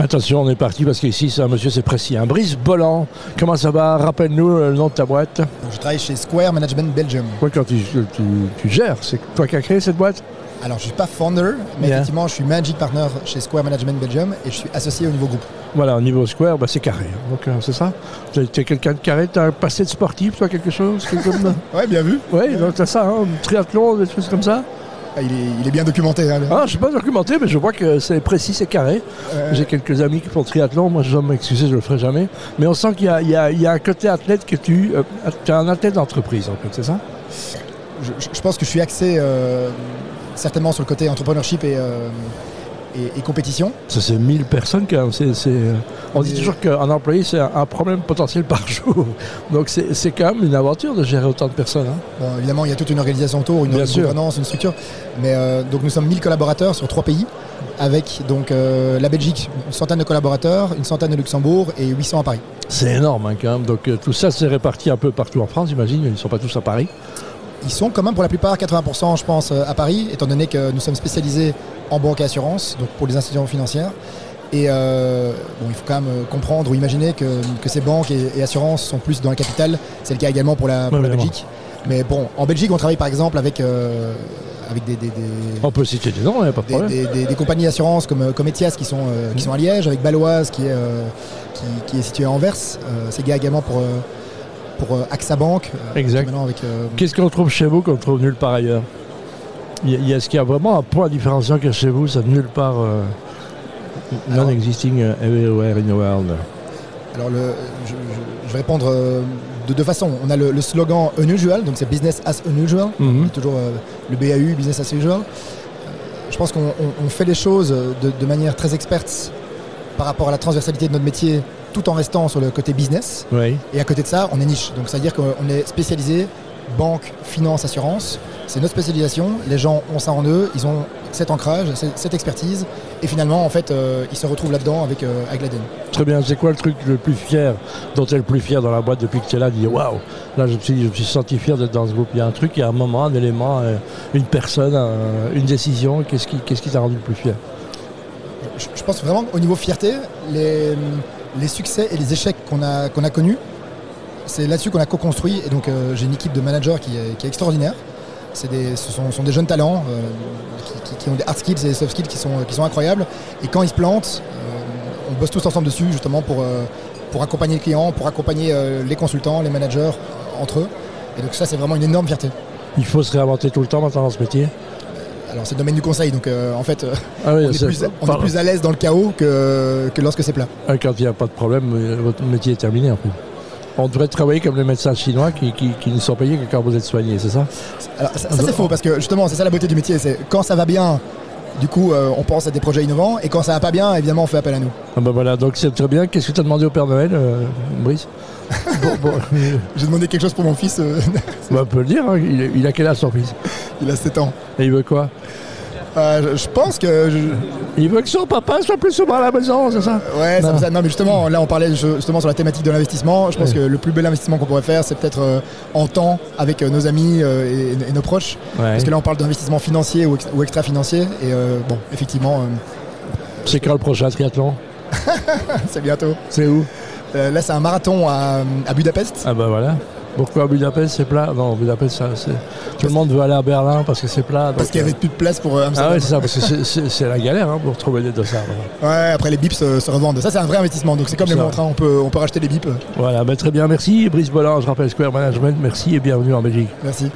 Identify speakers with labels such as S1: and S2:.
S1: Attention, on est parti parce qu'ici, c'est un monsieur, c'est précis. Un Brice Bolland. Comment ça va Rappelle-nous euh, le nom de ta boîte.
S2: Je travaille chez Square Management Belgium.
S1: Ouais, quand tu, euh, tu- tu gères, c'est toi qui as créé cette boîte
S2: Alors, je suis pas founder, mais
S1: Bien.
S2: effectivement, je suis managing partner chez Square Management Belgium et je suis associé au niveau groupe.
S1: Voilà, au niveau square, bah, c'est carré. Donc, euh, c'est ça T'es t'es quelqu'un de carré T'as un passé de sportif, toi, quelque chose quelque chose comme-
S2: Ouais, bien vu.
S1: Oui, donc t'as ça, hein, triathlon, des choses comme ça.
S2: Ah, Il est, il est bien documenté. hein, le-
S1: Ah, je suis pas documenté, mais je vois que c'est précis, c'est carré.
S2: euh,
S1: Ah, J'ai quelques amis qui font triathlon, moi je dois m'excuser, je le ferai jamais. Mais on sent qu'il y a, il y a- il y a un côté athlète que tu... euh, tu es un athlète d'entreprise en fait, c'est ça
S2: je, je- je pense que je suis axé euh, certainement sur le côté entrepreneurship et, euh, et- et compétition.
S1: Ça c'est 1000 personnes quand même. c'est- c'est, euh, On dit
S2: Et-
S1: toujours qu'un employé c'est un, un problème potentiel par jour. Donc c'est c'est quand même une aventure de gérer autant de personnes. hein.
S2: Bon, évidemment, il y a toute une organisation autour, une,
S1: Bien
S2: une
S1: sûr.
S2: gouvernance, une structure. Mais euh, donc, nous sommes 1000 collaborateurs sur trois pays, avec donc euh, la Belgique, une centaine de collaborateurs, une centaine de Luxembourg et 800 à Paris.
S1: C'est énorme hein, quand même. Donc euh, tout ça c'est réparti un peu partout en France, j'imagine. Ils ne sont pas tous à Paris.
S2: Ils sont quand même pour la plupart 80% je pense euh, à Paris, étant donné que nous sommes spécialisés en banque et assurance, donc pour les institutions financières. Et euh, bon, il faut quand même euh, comprendre ou imaginer que, que ces banques et, et assurances sont plus dans la capitale. C'est le cas également pour la, pour
S1: Ouais,
S2: la
S1: évidemment.
S2: Belgique. Mais bon, en Belgique, on travaille par exemple avec, euh, avec des, des- des-
S1: On peut citer des noms, il n'y a pas de
S2: des,
S1: problème.
S2: des- des- des compagnies d'assurance comme, euh, comme Etias qui sont, euh,
S1: Mm-hmm.
S2: qui sont à Liège, avec Baloise qui est, euh, qui, qui est située à Anvers. Euh, c'est le cas également pour, euh, pour euh, AXA Bank. euh, qui est
S1: Exact.
S2: maintenant avec, euh,
S1: Qu'est-ce qu'on trouve chez vous qu'on trouve nulle part ailleurs Il y a- il y a- Est-ce qu'il y a vraiment un point différenciant que chez vous, ça nulle part euh,
S2: Alors-
S1: non-existing euh, everywhere in the world
S2: Alors, le- je, je- je vais répondre euh, de deux façons. On a le, le slogan unusual, donc c'est business as unusual.
S1: Mhm.
S2: C'est toujours euh, le BAU, business as usual. Euh, Je pense qu'on on- on fait les choses de, de manière très experte par rapport à la transversalité de notre métier, tout en restant sur le côté business.
S1: Oui,
S2: Et à côté de ça, on est niche. Donc, c'est-à-dire qu'on est spécialisé banque, finance, assurance. C'est notre spécialisation. Les gens ont ça en eux. Ils ont cet ancrage, cette- cette expertise. Et finalement, en fait, euh, ils se retrouvent là-dedans avec, euh, avec l'ADN.
S1: très bien. C'est quoi le truc le plus fier, dont tu es le plus fier dans la boîte depuis que tu es là Dis waouh, là je me, suis, je me suis senti fier d'être dans ce groupe. Il y a un truc, il y a un moment, un élément, euh, une personne, un- une décision. Qu'est-ce qui qu'est-ce qui t'a rendu le plus fier
S2: je, je pense vraiment qu'au niveau fierté, les, les succès et les échecs qu'on a, qu'on a connus, c'est là-dessus qu'on a co-construit. Et donc, euh, j'ai une équipe de managers qui est, qui est extraordinaire. C'est des, ce sont, sont des jeunes talents euh, qui, qui- qui ont des hard skills et des soft skills qui sont, qui sont incroyables. Et quand ils se plantent, euh, on bosse tous ensemble dessus, justement, pour, euh, pour accompagner le client, pour accompagner euh, les consultants, les managers euh, entre eux. Et donc, ça, c'est vraiment une énorme fierté.
S1: Il faut se réinventer tout le temps maintenant dans ce métier.
S2: Alors, c'est le domaine du conseil. Donc, euh, en fait, euh,
S1: Ah oui,
S2: on est
S1: c'est-
S2: plus, on est
S1: pardon.
S2: plus à l'aise dans le chaos que, que lorsque c'est plat.
S1: Ah, Quand il n'y a pas de problème, euh, votre métier est terminé en fait. On devrait travailler comme les médecins chinois qui, qui- qui ne sont payés que quand vous êtes soigné, c'est ça
S2: Alors, ça, ça, c'est faux parce que justement c'est ça la beauté du métier, c'est quand ça va bien, du coup euh, on pense à des projets innovants et quand ça va pas bien, évidemment on fait appel à nous.
S1: Ah ben voilà, donc c'est très bien. Qu'est-ce que tu as demandé au Père Noël, euh, Brice Bon, bon,
S2: J'ai demandé quelque chose pour mon fils, euh,
S1: bah, On peut le dire, hein, il, est- il a quel âge son fils
S2: il a 7 ans.
S1: Et il veut quoi
S2: Euh, je, je pense que je-
S1: Il veut que son papa soit plus souvent à la maison, c'est ça
S2: ouais, ça
S1: Non.
S2: me- ça- non mais justement là on parlait ju- justement sur la thématique de l'investissement. Je pense que le plus bel investissement qu'on pourrait faire, c'est peut-être euh, en temps avec euh, nos amis euh, et, et nos proches.
S1: Ouais.
S2: Parce que là on parle d'investissement financier ou, ex- ou extra-financier et euh, bon effectivement euh,
S1: C'est quand le prochain triathlon
S2: c'est bientôt.
S1: C'est où
S2: Euh, là c'est un marathon à, à Budapest.
S1: Ah ben voilà. Pourquoi Budapest c'est plat Non, Budapest ça, c'est... Tout le monde veut aller à Berlin parce que c'est plat. donc,
S2: Parce qu'il y
S1: euh,
S2: avait plus de place pour euh, Amsterdam.
S1: Ah ouais, c'est ça, parce que c'est, c'est- c'est la galère hein, pour trouver des dossards. voilà.
S2: Ouais, après les bips euh, se revendent. Ça, c'est un vrai investissement. Donc, c'est comme les
S1: Ça.
S2: montres, hein, on, peut, on peut racheter des bips.
S1: Voilà, ben très bien, merci. Brice Bolland, je rappelle Square Management, merci et bienvenue en Belgique.
S2: Merci.